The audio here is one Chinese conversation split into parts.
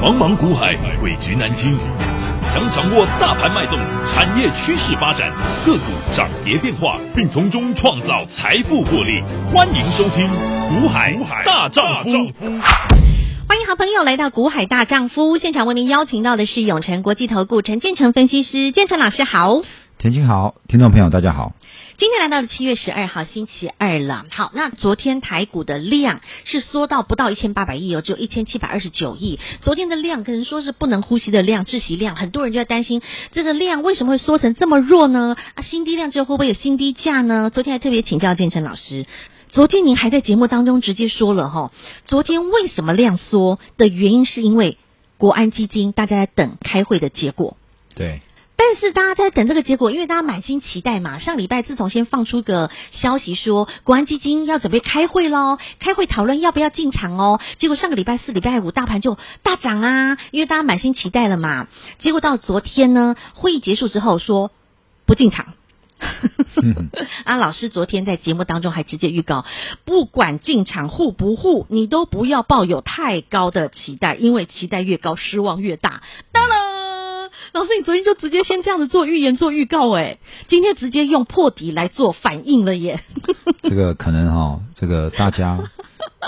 茫茫股海，汇局南京。想掌握大盘脉动、产业趋势发展、个股涨跌变化，并从中创造财富获利，欢迎收听《股海大丈夫》。欢迎好朋友来到《股海大丈夫》现场，为您邀请到的是永诚国际投顾陈建成分析师，建成老师好。田青好，听众朋友大家好。今天来到了七月十二号星期二了，好，那昨天台股的量是缩到不到一千八百亿哦，只有一千七百二十九亿。昨天的量可能说是不能呼吸的量，窒息量，很多人就在担心这个量为什么会缩成这么弱呢？啊，新低量之后会不会有新低价呢？昨天还特别请教建成老师，昨天您还在节目当中直接说了哈、昨天为什么量缩的原因是因为国安基金大家在等开会的结果，对，但是大家在等这个结果，因为大家满心期待嘛。上礼拜自从先放出个消息说，国安基金要准备开会喽，开会讨论要不要进场哦。结果上个礼拜四、礼拜五大盘就大涨啊，因为大家满心期待了嘛。结果到昨天呢，会议结束之后说不进场。 啊，老师昨天在节目当中还直接预告，不管进场护不护，你都不要抱有太高的期待，因为期待越高，失望越大。当然，老师你昨天就直接先这样子做预言、做预告，哎，今天直接用破底来做反应了耶。 这个可能哈、这个大家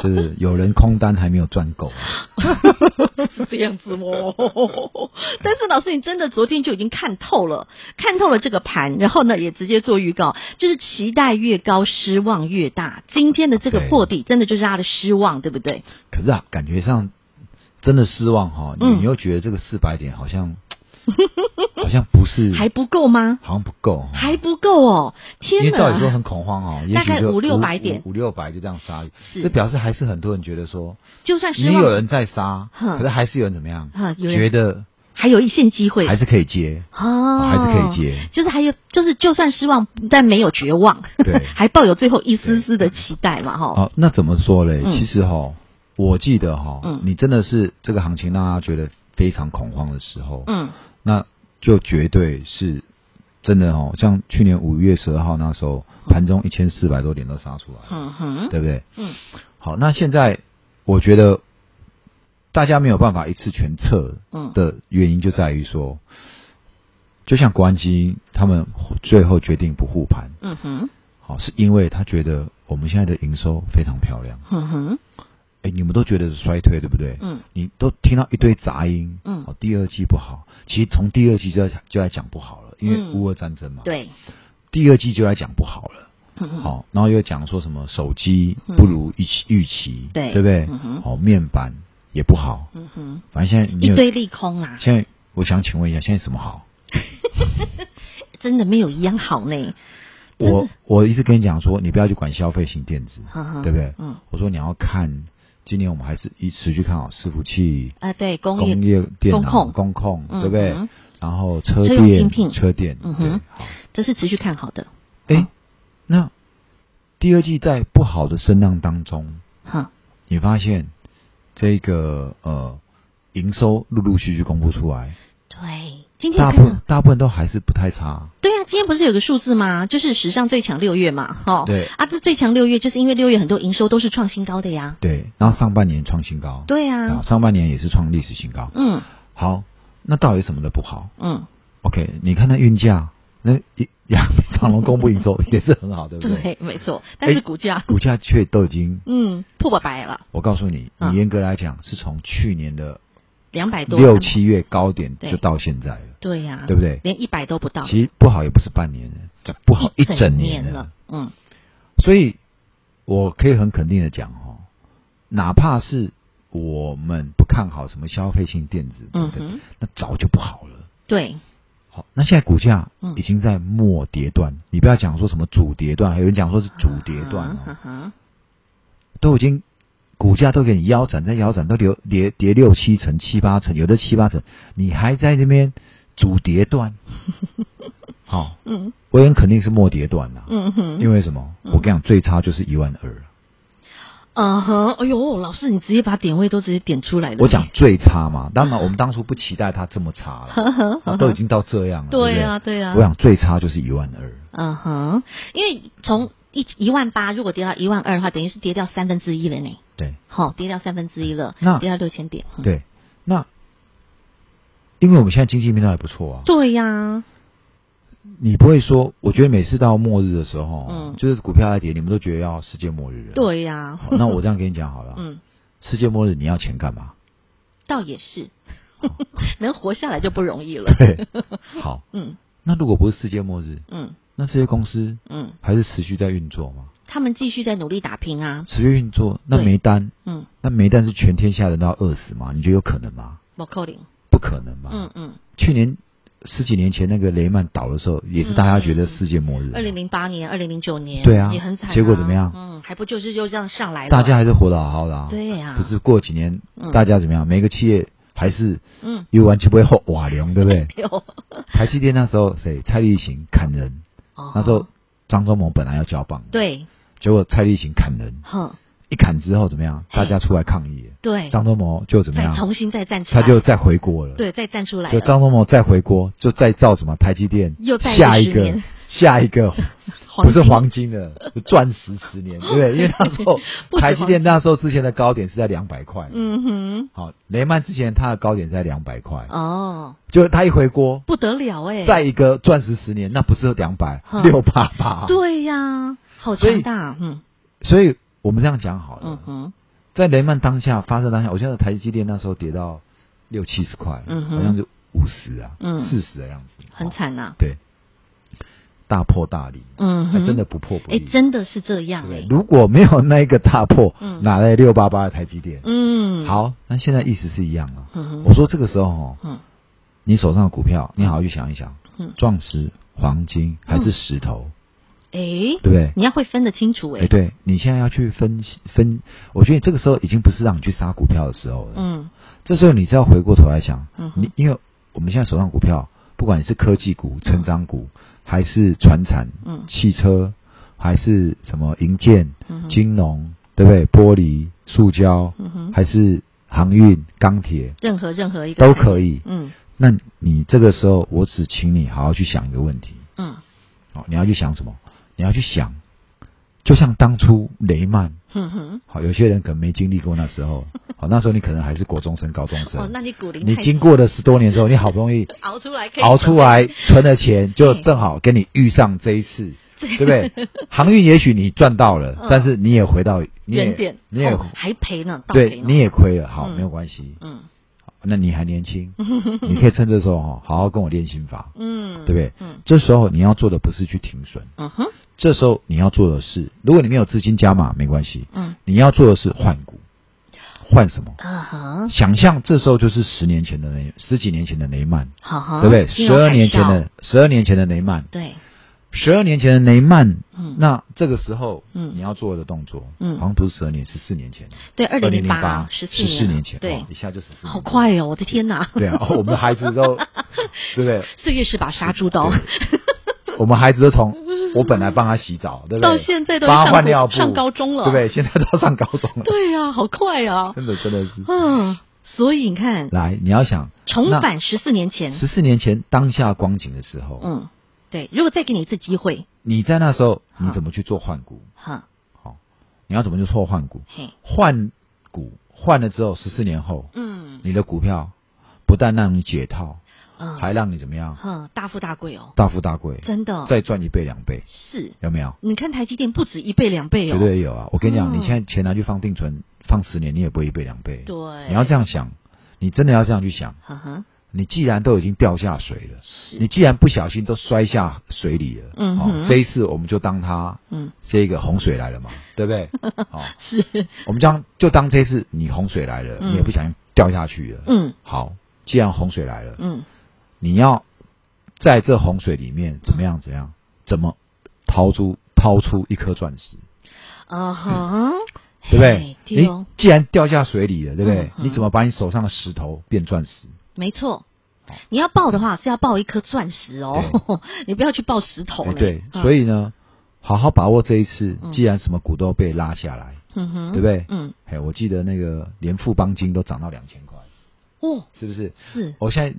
就是有人空单还没有赚够，啊是这样子哦。 但是老师，你真的昨天就已经看透了，看透了这个盘，然后呢也直接做预告，就是期待越高，失望越大。今天的这个对破底，真的就是他的失望，对不对？可是啊，感觉上真的失望哈、你嗯你又觉得这个四百点好像好像不是，还不够吗？好像不够、哦，还不够哦！因为天照理说哪，很恐慌哦，也大概许就五六百点五五六百就这样杀，是这表示还是很多人觉得说，就算失也有望，人在杀，哼可是还是有人怎么样，哈，有觉人得还有一线机会，还是可以接，哦，还是可以接，就是还有，就是就算失望，但没有绝望， 对还抱有最后一丝丝的期待嘛，哈。哦，那怎么说嘞？嗯其实哈，我记得哈嗯，你真的是这个行情让大家觉得非常恐慌的时候，嗯那就绝对是真的哦。像去年五月十二号那时候，嗯盘中一千四百多点都杀出来，哼哼，对不对？嗯，好，那现在我觉得大家没有办法一次全撤嗯的原因就在于说，就像国安基金他们最后决定不护盘，嗯哼，好，是因为他觉得我们现在的营收非常漂亮。哼哼，哎，你们都觉得是衰退，对不对？嗯你都听到一堆杂音，嗯哦，第二季不好，其实从第二季就在就在讲不好了，因为嗯乌俄战争嘛，，对，第二季就在讲不好了，哼哼，好、然后又讲说什么手机嗯不如预期预期，对对不对？嗯哼好、面板也不好，嗯哼，反正现在你一有，堆利空啊，现在我想请问一下，现在什么好？真的没有一样好呢。嗯我我一直跟你讲说，你不要去管消费型电子，哼哼对不对？嗯，我说你要看，今年我们还是一持续看好伺服器，啊，对，工工业业电工脑、控工控，嗯对不对嗯？然后车车用电晶片、车电，嗯对哼，好。这是持续看好的，哎，那第二季在不好的声浪当中，哈，你发现这个呃营收陆陆续续公布出来，对，今天大看部到分大部分都还是不太差，对啊，今天不是有个数字吗？就是史上最强六月嘛，哈。对啊，这最强六月就是因为六月很多营收都是创新高的呀。对。然后上半年创新高，对啊，啊，上半年也是创历史新高。嗯好，那到底什么的不好嗯， ？OK，你看那运价，那一 亚长隆公布营收也是很好，对不对？对，没错。但是哎股价，股价却都已经嗯，破百百了，我告诉你，嗯你严格来讲是从去年的两百多。六。七月高点对嗯就到现在了，对呀、对不对？连一百都不到，其实不好也不是半年了，这不好一整年年啊了了。。嗯所以我可以很肯定的讲哦，哪怕是我们不看好什么消费性电子，对嗯不对？哼，那早就不好了。对，好，那现在股价嗯已经在末跌段，你不要讲说什么主跌段，还有人讲说是主跌段啊哈哦，哈，都已经股价都给你腰斩，再腰斩都留跌跌六七成、七八成，有的七八成，你还在那边主 跌段，好、嗯我很肯定是末跌段呐、嗯哼，因为什么？嗯我跟你讲，最差就是一万二。嗯哼，哎呦，老师，你直接把点位都直接点出来了。我讲最差嘛，当然我们当初不期待它这么差了，呵 呵，呵啊呵都已经到这样了，对 对不啊，对啊。我想最差就是一万二，嗯哼，因为从一一万八如果跌到一万二的话，等于是跌掉三分之一了呢。对好、跌掉三分之一了，那跌掉六千点。嗯对。那因为我们现在经济面料还不错啊，对呀、你不会说，我觉得每次到末日的时候，嗯就是股票在跌，你们都觉得要世界末日了。对呀、好，那我这样跟你讲好了， 嗯，世界末日你要钱干嘛？倒也是， 能活下来就不容易了。对， 好，嗯那如果不是世界末日，嗯那这些公司嗯，还是持续在运作吗？他们继续在努力打拼啊。持续运作，那对没单，嗯，那没单是全天下人都要饿死吗？你觉得有可能吗？莫扣零。不可能吧？嗯嗯，去年十几年前那个雷曼倒的时候，也是大家觉得世界末日啊，嗯二零零八年、二零零九年，对啊也很惨、结果怎么样嗯，还不就是就这样上来了？大家还是活得好好的啊。对呀、可是过几年，嗯大家怎么样？每个企业还是嗯，？又完全不会后瓦良，对不对 有。台积电那时候谁？蔡立行砍人，哦那时候张忠谋本来要交棒，，对，结果蔡立行砍人，哼，一砍之后怎么样？嘿大家出来抗议，对，张忠谋就怎么哎再样？重新再站起来，他就再回国了。，对再站出来就了，张忠谋再回国，就再造什么台积电又再下一50个年下一个黄不是金黄金的，是钻石十年，对 不对？因为那时候不止台积电那时候之前的高点是在两百块，嗯好，雷曼之前它的高点是在两百块哼，，哦，就它一回锅，不得了哎、再一个钻石十年，那不是两百哼六八八，，对呀、好啊所强以大，嗯所以我们这样讲好嗯了，哼，在雷曼当下发生当下，我现在台积电那时候跌到六七十块，嗯哼好像就五十啊，嗯四十的样子，很哦，惨呐、对，大破大立，嗯还哼，真的不破不哎、立，真的是这对样不哎、对如果没有那一个大破，嗯哪来六八八的台积电？嗯，，好，那现在意思是一样啊。嗯我哼，说这个时候哦，嗯你手上的股票，你好好去想一想，嗯，钻石、黄金还是石头，哎、对不对？你要会分得清楚哎、哎，对你现在要去分析分，我觉得这个时候已经不是让你去杀股票的时候了。嗯这时候你只要回过头来想，嗯哼你因为我们现在手上股票，不管你是科技股、成长股，还是船产、嗯汽车，还是什么银建、嗯哼，金融，对不对？玻璃、塑胶，嗯哼，还是航运、钢铁任何任何一个都产业可以。嗯那你这个时候，我只请你好好去想一个问题，嗯好、你要去想什么？你要去想，就像当初雷曼，哼嗯哼，好、有些人可能没经历过那时 候，好、那时候你可能还是国中生、高中哦，生，那你股龄你太经过了十多年之后，你好不容易熬出 来可以熬出来存了钱，就嘿正好跟你遇上这一次。对不对？ 航运也许你赚到了，嗯但是你也回到你原也点，你也、哦还赔呢，倒对，赔呢，你也亏了，好，嗯没有关系，嗯那你还年轻， 你可以趁这时候哈，好好跟我练心法，嗯，对不对？嗯这时候你要做的不是去停损，嗯哼这时候你要做的是，如果你没有资金加码没关系，嗯你要做的是换股，换什么？啊哈，想象这时候就是十年前的雷，十几年前的雷曼，好哈，对不对？啊金十融二海年前啸的十二年前的雷曼，对，十二年前的雷曼，嗯那这个时候嗯你要做的动作，嗯好像不是十二年，是四年前，对，二二零零八八十四四年前，对哦，一下就十四，好快哦，我的天哪， 对啊，我们的孩子都，对不对？岁月是把杀猪刀，我们孩子都从我本来帮他洗澡，对不对？到现在都帮他上换尿布，上高中了对不对？现在都上高中了， 对呀，好快啊，真的真的是。嗯，所以你看，来，你要想重返十四年前，十四年前当下光景的时候，嗯，对，如果再给你一次机会，你在那时候好你怎么去做换股？哈，好，你要怎么去做换股？嘿，换股换了之后，十四年后，嗯你的股票不但让你解套，嗯，还让你怎么样哼，大富大贵哦，大富大贵，真的，再赚一倍两倍，是，有没有？你看台积电不止一倍两倍绝哦，对有啊！我跟你讲，嗯你现在钱拿去放定存，放十年你也不会一倍两倍。对你要这样想，你真的要这样去想。哈哈，你既然都已经掉下水了，是，你既然不小心都摔下水里了，哦嗯哼这一次我们就当它嗯，这个洪水来 了嘛，对不对？哦，是， 我们将就当这次你洪水来了，嗯你也不小心掉下去了。嗯好，既然洪水来了，嗯你要在这洪水里面怎么样？怎么样？怎么掏出掏出一颗钻石？啊哈，对不对嘿？你哦既然掉下水里了，对不对嗯？嗯你怎么把你手上的石头变钻石？没错。哦你要抱的话是要抱一颗钻石哦， 你不要去抱石头哎，嘞。对，嗯所以呢，好好把握这一次。嗯既然什么股都被拉下来，嗯哼，对不对嗯，哎，我记得那个连富邦金都涨到两千块，哦，是不是？是，我现在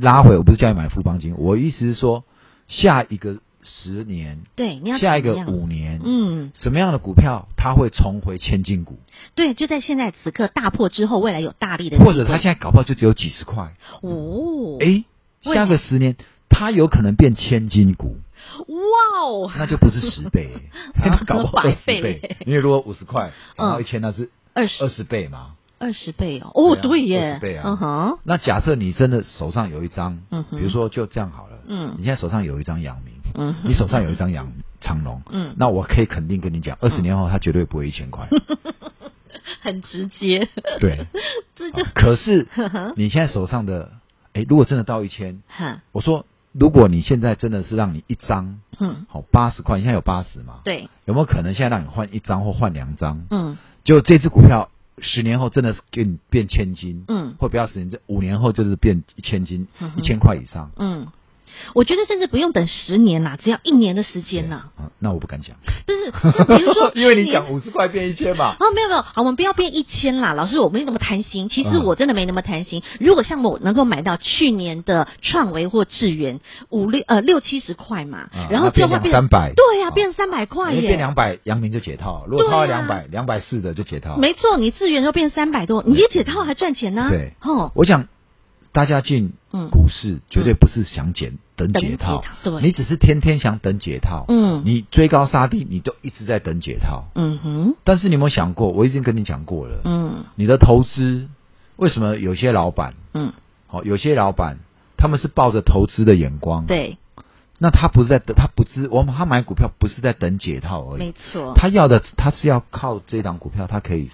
拉回，我不是叫你买富邦金，我意思是说，下一个十年，对，你要下一个怎么样五年，嗯，什么样的股票它会重回千金股，对，就在现在此刻大破之后，未来有大力的机会，或者它现在哎搞不好就只有几十块，哦，诶，未来下个十年它有可能变千金股，哇哦，那就不是十 倍，它搞不好二百十倍倍，因为如果五十块涨到嗯一千，那是二二十十倍嘛。二十倍哦，哦，对啊对耶20，倍啊嗯哼，那假设你真的手上有一张，嗯哼比如说就这样好了，嗯你现在手上有一张阳明，嗯哼你手上有一张阳长隆，嗯那我可以肯定跟你讲，二十年后它绝对不会一千块，很直接， 对。这就好可是 呵呵你现在手上的，哎，如果真的到一千，哈，我说如果你现在真的是让你一张嗯，好八十块，你现在有八十嘛？对，有没有可能现在让你换一张或换两张？嗯就这只股票十年后真的是给你变千金，嗯或不要十年，这五年后就是变一千金嗯，哼一千块以上。嗯。我觉得甚至不用等十年啦，只要一年的时间啦。对啊那我 不敢讲，不是，就比如说 ，因为去你年讲五十块变一千嘛。哦，没有没有，好，我们不要变一千啦，老师，我没那么贪心。其实嗯我真的没那么贪心。如果像我能够买到去年的创维或智源五六呃六七十块嘛，啊然后那就变会变200对呀、啊变三百块因为耶，变两百，阳明就解套；如果超过对啊两百、两百四的就解套。没错，你智源又变三百多，你也解套还赚钱呢、对哦，我想大家进嗯股市绝对不是想解等等解套解套对，你只是天天想等解套，嗯你追高杀低，你都一直在等解套。嗯哼，但是你有没有想过？我已经跟你讲过了，嗯你的投资为什么有些老板，嗯，哦，有些老板他们是抱着投资的眼光，，对，那他不是在等，他不是我们他买股票不是在等解套而没已，错，他要的他是要靠这档股票，他可以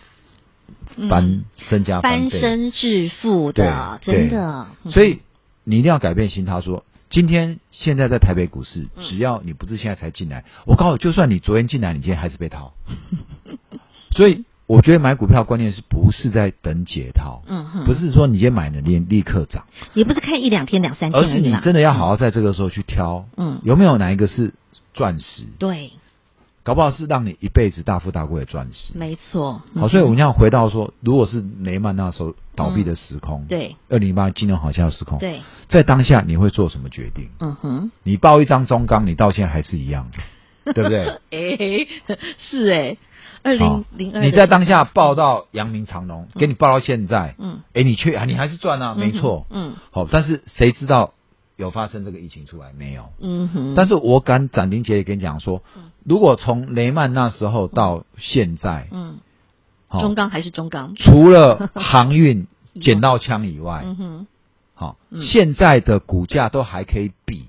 翻、嗯增加翻翻倍身致富的，对真的，对嗯所以你一定要改变心态，说今天现在在台北股市，嗯只要你不是现在才进来，我告诉你，就算你昨天进来，你今天还是被套。 所以我觉得买股票关键是不是在等解套，嗯哼，不，是说你今天买了立立刻涨，也不是看一两天两三天而已啦，是你真的要好好在这个时候去挑，嗯有没有哪一个是钻石，对，搞不好是让你一辈子大富大贵的钻石。没错，好，嗯所以我们要回到说，如果是雷曼那时候倒闭的时空，，嗯对二零一八金融海啸的时空，对，在当下你会做什么决定？嗯哼。 你报一张中钢，你到现在还是一样，对不对？哎，是哎，二好零零二，你在当下报到阳明长隆，给你报到现在，嗯，哎，你去啊，你还是赚啊，嗯没错。嗯好，但是谁知道有发生这个疫情出来没有？嗯哼，但是是我敢斩钉截铁跟你讲说，如果从雷曼那时候到现在，嗯，好中钢还是中钢，除了航运捡到枪以外， 嗯哼，好，嗯现在的股价都还可以比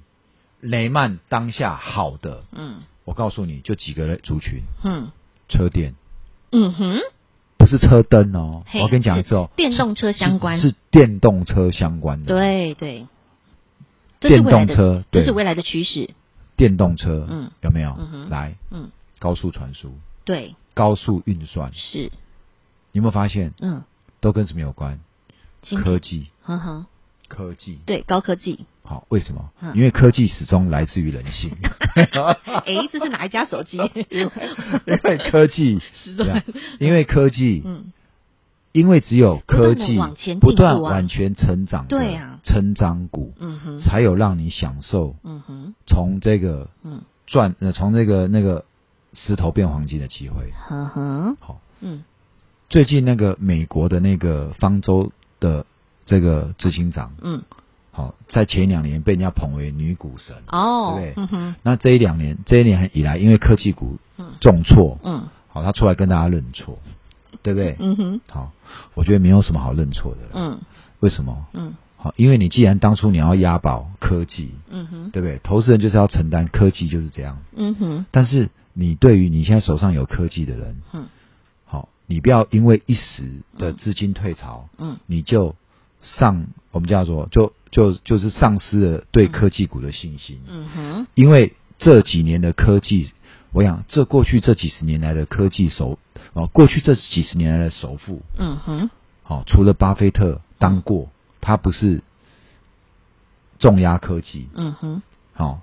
雷曼当下好的。嗯我告诉你，就几个族群，哼，车电嗯哼，不是车灯哦，嘿我跟你讲一次哦，电动车相关，是是电动车相关的，，对对，这是未来的电动车这对是未来的趋势，电动车，嗯有没有？嗯哼来，嗯，高速传输、对，高速运算，是，你有没有发现嗯，都跟什么有关？晶科片，技，哼哼，科技。对，高科 技，好，为什么？嗯因为科技始终来自于 人性，哎，这是哪一家手 机？因为科技，始终对啊因为科技，嗯因为只有科技不断地往前进步啊不断完全成长的对啊成长股，嗯哼，才有让你享受嗯哼，从这个嗯赚呃从那个那个石头变黄金的机会。哼哼，好，嗯最近那个美国的那个方舟的这个执行长，嗯，好，在前两年被人家捧为女股神，哦对，不对嗯哼，那这一两年这一年以来，因为科技股嗯重挫，嗯好，他出来跟大家认错，对不对？嗯哼，好，我觉得没有什么好认错的了。嗯为什么？嗯好，因为你既然当初你要押宝科技，嗯哼。对不对？投资人就是要承担科技就是这样，嗯哼，但是你对于你现在手上有科技的人，嗯好，你不要因为一时的资金退潮，嗯你就上我们叫做就就就是丧失了对科技股的信心，嗯哼，因为这几年的科技，我想这过去这几十年来的科技首哦，过去这几十年来的首富，嗯哼，好、除了巴菲特当过，他不是重压科技，嗯哼，好、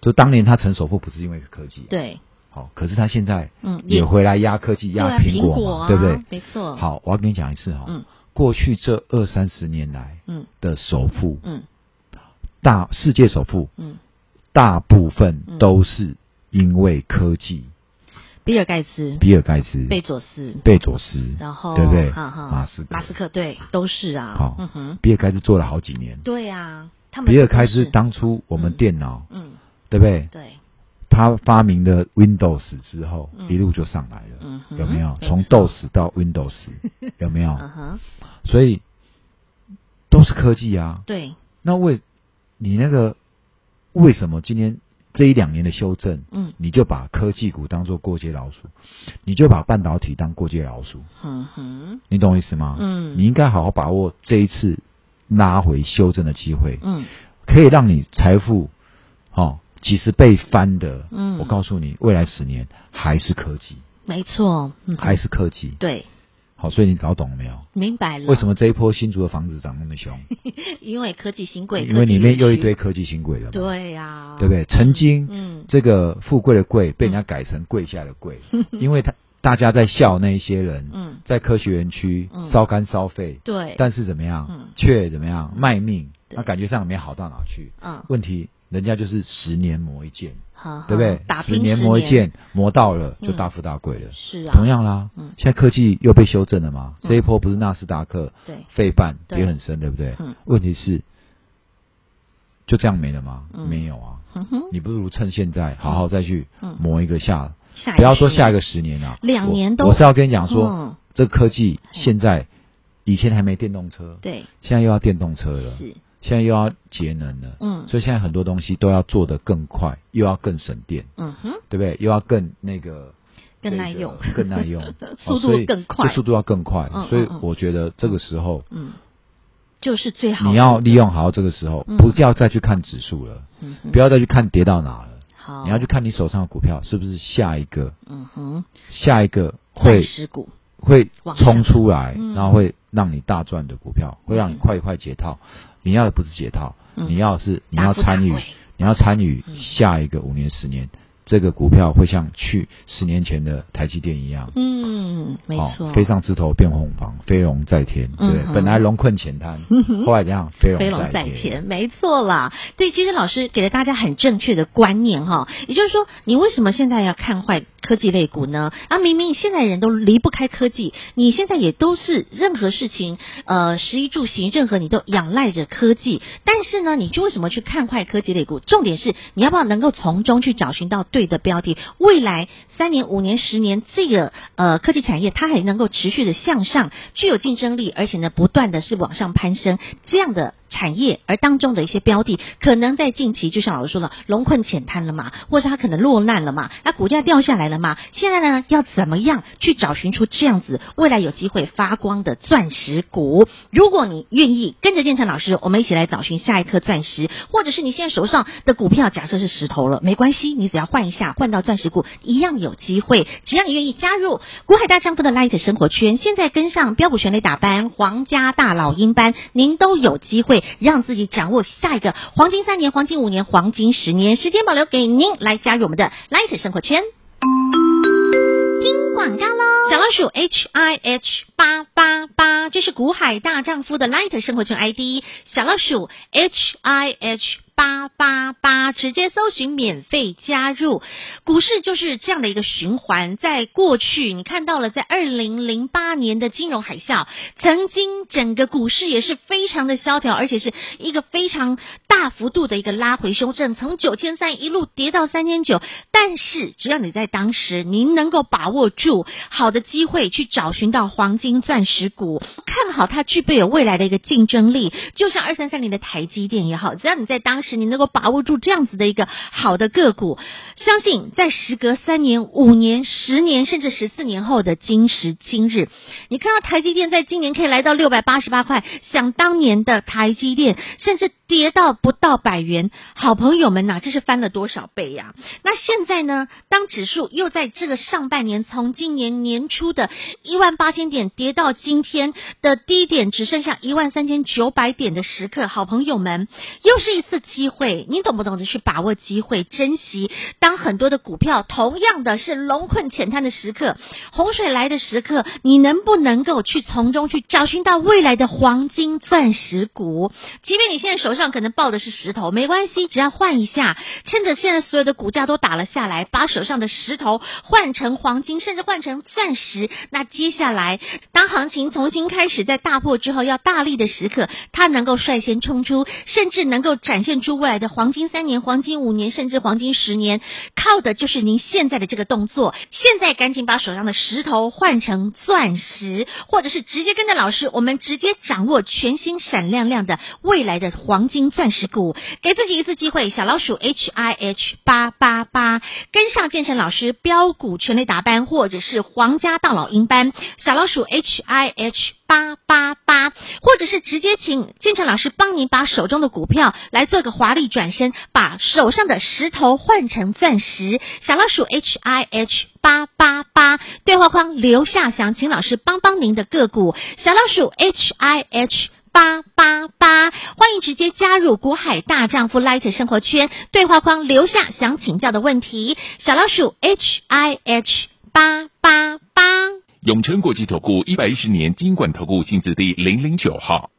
就当年他成首富不是因为科技，对，好、可是他现在嗯，也回来压科技、对啊压苹果嘛，啊，对不对？？没错，，好，我要跟你讲一次哈、嗯过去这二三十年来嗯的首富，嗯大世界首富嗯大部分都是因为科技，比尔盖茨、比尔盖茨、嗯贝佐斯，贝佐斯，然后对不对？哈哈马斯克马斯克对，都是啊。好嗯哼，比尔盖茨做了好几年。对啊，他们比尔都是盖茨当初我们电脑，嗯，对不对？对，他发明了 Windows 之后，嗯一路就上来了，嗯哼，有没有？错从 DOS 到 Windows，有没有？ 嗯哼，所以都是科技啊。对，那为你那个为什么今天这一两年的修正，嗯你就把科技股当做过街老鼠，你就把半导体当过街老鼠，嗯哼，你懂我意思吗？嗯你应该好好把握这一次拉回修正的机会，嗯可以让你财富哦几十倍翻的。嗯，我告诉你，未来十年还是科技，没错，嗯还是科技。对，好，所以你搞懂了没有？明白了。为什么这一波新竹的房子涨那么凶？因为科技新贵，因为里面又一堆科科技新贵了嘛，技园区，对呀，对不对？曾经嗯，这个富贵的贵被人家改成跪下的跪， 因为他大家在笑那一些人嗯在科学园区嗯烧肝烧肺，对，但是怎么嗯样，却怎么样卖命，对那感觉上没好到哪去。嗯，问题人家就是十年磨一剑，好，对不对好啊打？拼十年磨一剑，磨到了就嗯大富大贵了。是啊，同样啦嗯，现在科技又被修正了嘛？嗯这一波不是纳斯达克对，费半对跌很深，对不对嗯？问题是就这样没了吗？嗯没有啊，嗯哼，你不如趁现在好好再去嗯磨一个下，下不要说下一个个十年啊，两我年都我是要跟你讲说，嗯，这科技现在以前还没电动车，对，现在又要电动车了，是，现在又要节能了，嗯所以现在很多东西都要做得更快，又要更省电，嗯哼，对不对？又要更那个。更耐用，这个更耐用 速度哦所以更快这速度要更快嗯嗯。所以嗯我觉得这个时候嗯，就是最好的你要利用好这个时候嗯，不要再去看指数了，嗯哼不要再去看跌到哪了，好，你要去看你手上的股票是不是下一个嗯哼，下一个钻会石股，会往上冲出来嗯，然后会让你大赚的股票，会让你嗯快快解套。你要的不是解套，嗯你要的是你大要富大参与贵，你要参与嗯下一个五年十年，这个股票会像去十年前的台积电一样。嗯，没错，哦飞上枝头变凤凰，飞龙在天。嗯对，哼本来龙困浅滩，嗯后来怎样？飞飞龙龙在天。天，没错啦。对，其实老师给了大家很正确的观念哈、也就是说，你为什么现在要看坏科技类股呢？啊，明明现在人都离不开科技，你现在也都是任何事情，呃，食衣住行，任何你都仰赖着科技。但是呢，你就为什么去看坏科技类股？重点是你要不要能够从中去找寻到对的标的，未来三年、五年、十年，这个呃科技产业它还能够持续的向上，具有竞争力，而且呢不断的是往上攀升这样的产业，而当中的一些标的，可能在近期就像老师说的，龙困浅滩了嘛，或是它可能落难了嘛，那股价掉下来了嘛，现在呢要怎么样去找寻出这样子未来有机会发光的钻石股？如果你愿意跟着建成老师，我们一起来找寻下一颗钻石，或者是你现在手上的股票假设是石头了，没关系，你只要换一下，换到钻石股一样有机会。只要你愿意加入股海大丈夫的 Light 生活圈，现在跟上标普全垒打班、皇家大老鹰班，您都有机会让自己掌握下一个黄金三年、黄金五年、黄金十年，时间保留给您来加入我们的 Light 生活圈。听广告喽。小老鼠 H I H 八八八，这是股海大丈夫的 Light 生活圈 ID，小老鼠 H I H 八八八，直接搜寻免费加入。股市就是这样的一个循环，在过去你看到了，在二零零八年的金融海啸，曾经整个股市也是非常的萧条，而且是一个非常大幅度的一个拉回修正，从九千三一路跌到三千九，但是只要你在当时，您能够把握住好的机会，去找寻到黄金钻石股，看好它具备有未来的一个竞争力。就像二三三零的台积电也好，只要你在当时你能够把握住这样子的一个好的个股，相信在时隔三年、五年、十年甚至十四年后的今时今日，你看到台积电在今年可以来到六百八十八块，想当年的台积电甚至跌到不到百元，好朋友们呐、这是翻了多少倍呀、那现在呢？当指数又在这个上半年，从今年年初的一万八千点跌到今天的低点，只剩下一万三千九百点的时刻，好朋友们，又是一次机会，你懂不懂得去把握机会，珍惜？当很多的股票同样的是龙困浅滩的时刻，洪水来的时刻，你能不能够去从中去找寻到未来的黄金钻石股？即便你现在手上。上可能抱的是石头，没关系，只要换一下，趁着现在所有的股价都打了下来，把手上的石头换成黄金，甚至换成钻石。那接下来，当行情重新开始在大破之后，要大力的时刻，它能够率先冲出，甚至能够展现出未来的黄金三年、黄金五年，甚至黄金十年，靠的就是您现在的这个动作。现在赶紧把手上的石头换成钻石，或者是直接跟着老师，我们直接掌握全新闪亮亮的未来的黄金钻石股，给自己一次机会。小老鼠 H I H 八八八，跟上健身老师标股全力打班，或者是皇家大老鹰班。小老鼠 H I H。八八八，或者是直接请建成老师帮您把手中的股票来做个华丽转身，把手上的石头换成钻石。小老鼠 H I H 八八八，对话框留下想请老师帮帮您的个股。小老鼠 H I H。八八八，欢迎直接加入股海大丈夫 Light 生活圈对话框，留下想请教的问题。小老鼠 H I H 八八八。永诚国际投顾一百一十年金管投顾性质第零零九号。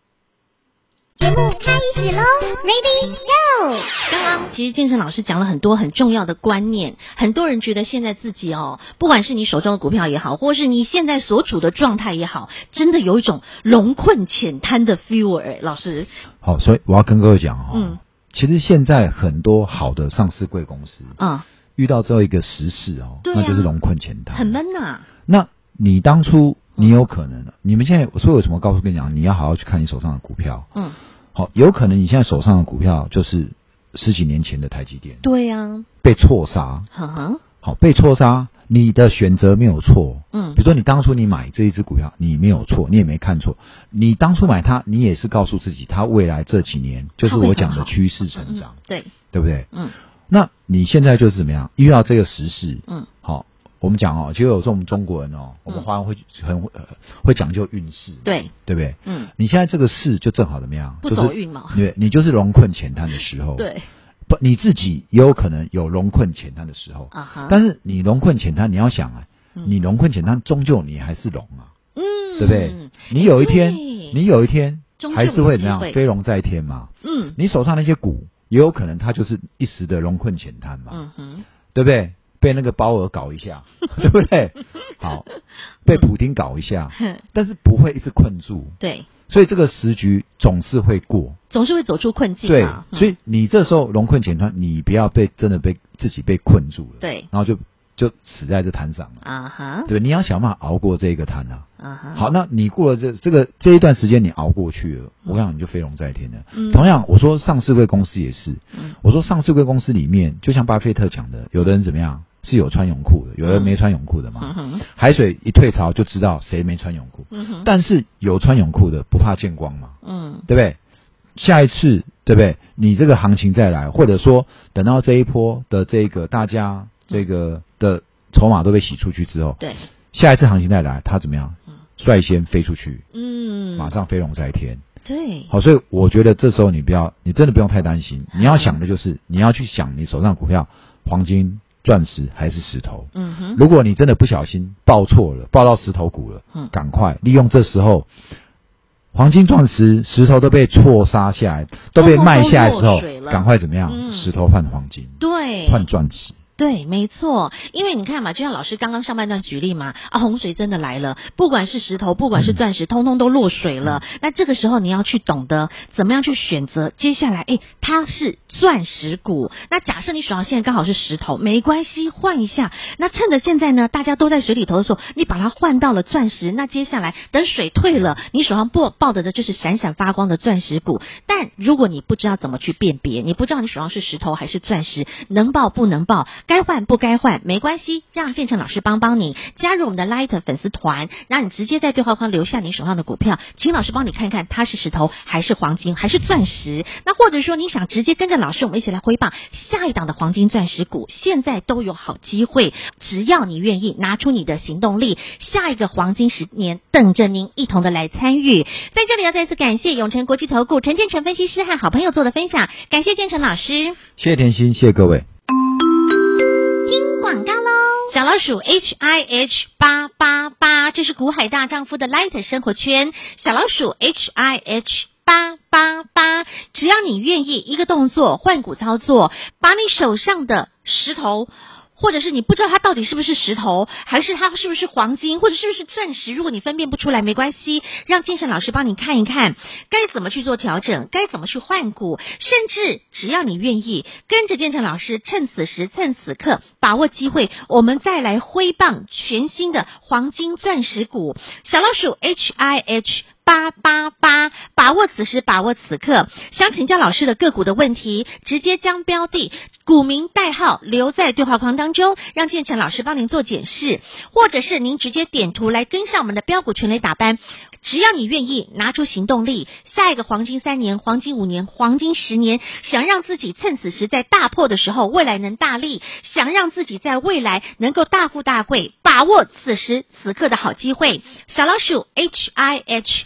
节目开始喽，Ready Go！刚刚其实健身老师讲了很多很重要的观念，很多人觉得现在自己哦，不管是你手中的股票也好，或是你现在所处的状态也好，真的有一种龙困浅滩的 feel 哎，老师，好，所以我要跟各位讲哈、哦，嗯其实现在很多好的上市贵公司啊、遇到这后一个时事哦，对啊那就是龙困浅滩，很。闷呐、那你当初你有可能，你们现在所以有什么告诉跟你啊讲，你要好好去看你手上的股票。嗯，好，有可能你现在手上的股票就是十几年前的台积电对呀、被错杀，啊，哈，好被错杀，你的选择没有错。嗯比如说你当初你买这一只股票，你没有错，你也没看错，你当初买它，你也是告诉自己，它未来这几年就是我讲的趋势成嗯长，，对，对不对？嗯那你现在就是怎么样？遇到这个时事，嗯，好，我们讲哦，就有这种中国人哦，我们华人会很会、呃会讲究运势，对，对不对？嗯，你现在这个势就正好怎么样？不就是走运嘛对，你就是龙困浅滩的时候，，对，不，你自己也有可能有龙困浅滩的时候，啊哈，但是你龙困浅滩，你要想啊，嗯你龙困浅滩，终究你还是龙啊，嗯，对不对？你有一天，对你有一天终究还是会怎样有机会？飞龙在天嘛，嗯你手上那些股，也有可能它就是一时的龙困浅滩嘛，嗯哼， 对不对？被那个鲍尔搞一下，对不对？好，被普京搞一下，哼但是不会一直困住，对，所以这个时局总是会过。总是会走出困境对嘛，，嗯所以你这时候龙困浅滩，你不要被真的被自己被困住了，对然后就就死在这滩上了，啊哈对不对？你要想办法熬过这个滩啊。啊哈，好，那你过了这这个这一段时间，你熬过去了，我想你就飞龙在天了。嗯同样，我说上市贵公司也是，嗯我说上市贵公司里面，就像巴菲特讲的，有的人怎么样是有穿泳裤的，有的人没穿泳裤的嗯嘛。哼海水一退潮就知道谁没穿泳裤，嗯哼，但是有穿泳裤的不怕见光嘛，嗯。对不对？下一次对不对？你这个行情再来，或者说等到这一波的这个大嗯家这个的筹码都被洗出去之后，对，下一次行情再来，它怎么样？率先飞出去，嗯，马上飞龙在天。对，好，所以我觉得这时候你不要，你真的不用太担心。你要想的嗯就是，你要去想你手上的股票，黄金、钻石还是石头。嗯哼，如果你真的不小心报错了，报到石头股了嗯，赶快利用这时候，黄金、钻石、石头都被错杀下来，都被卖下来之通通都后落水，了赶快怎么样？嗯石头换黄金，对，换钻石。对，没错，因为你看嘛，就像老师刚刚上半段举例嘛，啊，洪水真的来了，不管是石头，不管是钻石，通通都落水了。那这个时候你要去懂得怎么样去选择，接下来，诶，它是钻石股。那假设你手上现在刚好是石头，没关系，换一下。那趁着现在呢，大家都在水里头的时候，你把它换到了钻石。那接下来等水退了，你手上抱抱着的就是闪闪发光的钻石股。但如果你不知道怎么去辨别，你不知道你手上是石头还是钻石，能报不能报，该换不该换，没关系，让建成老师帮帮你。加入我们的 Light 粉丝团，让你直接在对话框留下你手上的股票，请老师帮你看看它是石头还是黄金还是钻石。那或者说你想直接跟着老师，我们一起来挥棒下一档的黄金钻石股，现在都有好机会，只要你愿意拿出你的行动力，下一个黄金十年等着您一同的来参与。在这里要再次感谢永诚国际投顾陈建成分析师和好朋友做的分享，感谢建成老师。谢谢甜心，谢谢各位。广告喽！小老鼠 H I H 八八八，这是古海大丈夫的 Light 生活圈。小老鼠 H I H 八八八，那只要你愿意一个动作换股操作，把你手上的石头。或者是你不知道它到底是不是石头，还是它是不是黄金，或者是不是钻石？如果你分辨不出来，没关系，让健身老师帮你看一看该怎么去做调整，该怎么去换股，甚至只要你愿意，跟着健身老师，趁此时趁此刻把握机会，我们再来挥棒全新的黄金钻石股，小老鼠 H I H。八八八，把握此时，把握此刻。想请教老师的个股的问题，直接将标的、股名、代号留在对话框当中，让建成老师帮您做解释，或者是您直接点图来跟上我们的标股全垒打班。只要你愿意拿出行动力，下一个黄金三年、黄金五年、黄金十年，想让自己趁此时在大破的时候，未来能大利；想让自己在未来能够大富大贵，把握此时此刻的好机会。小老鼠 H I H。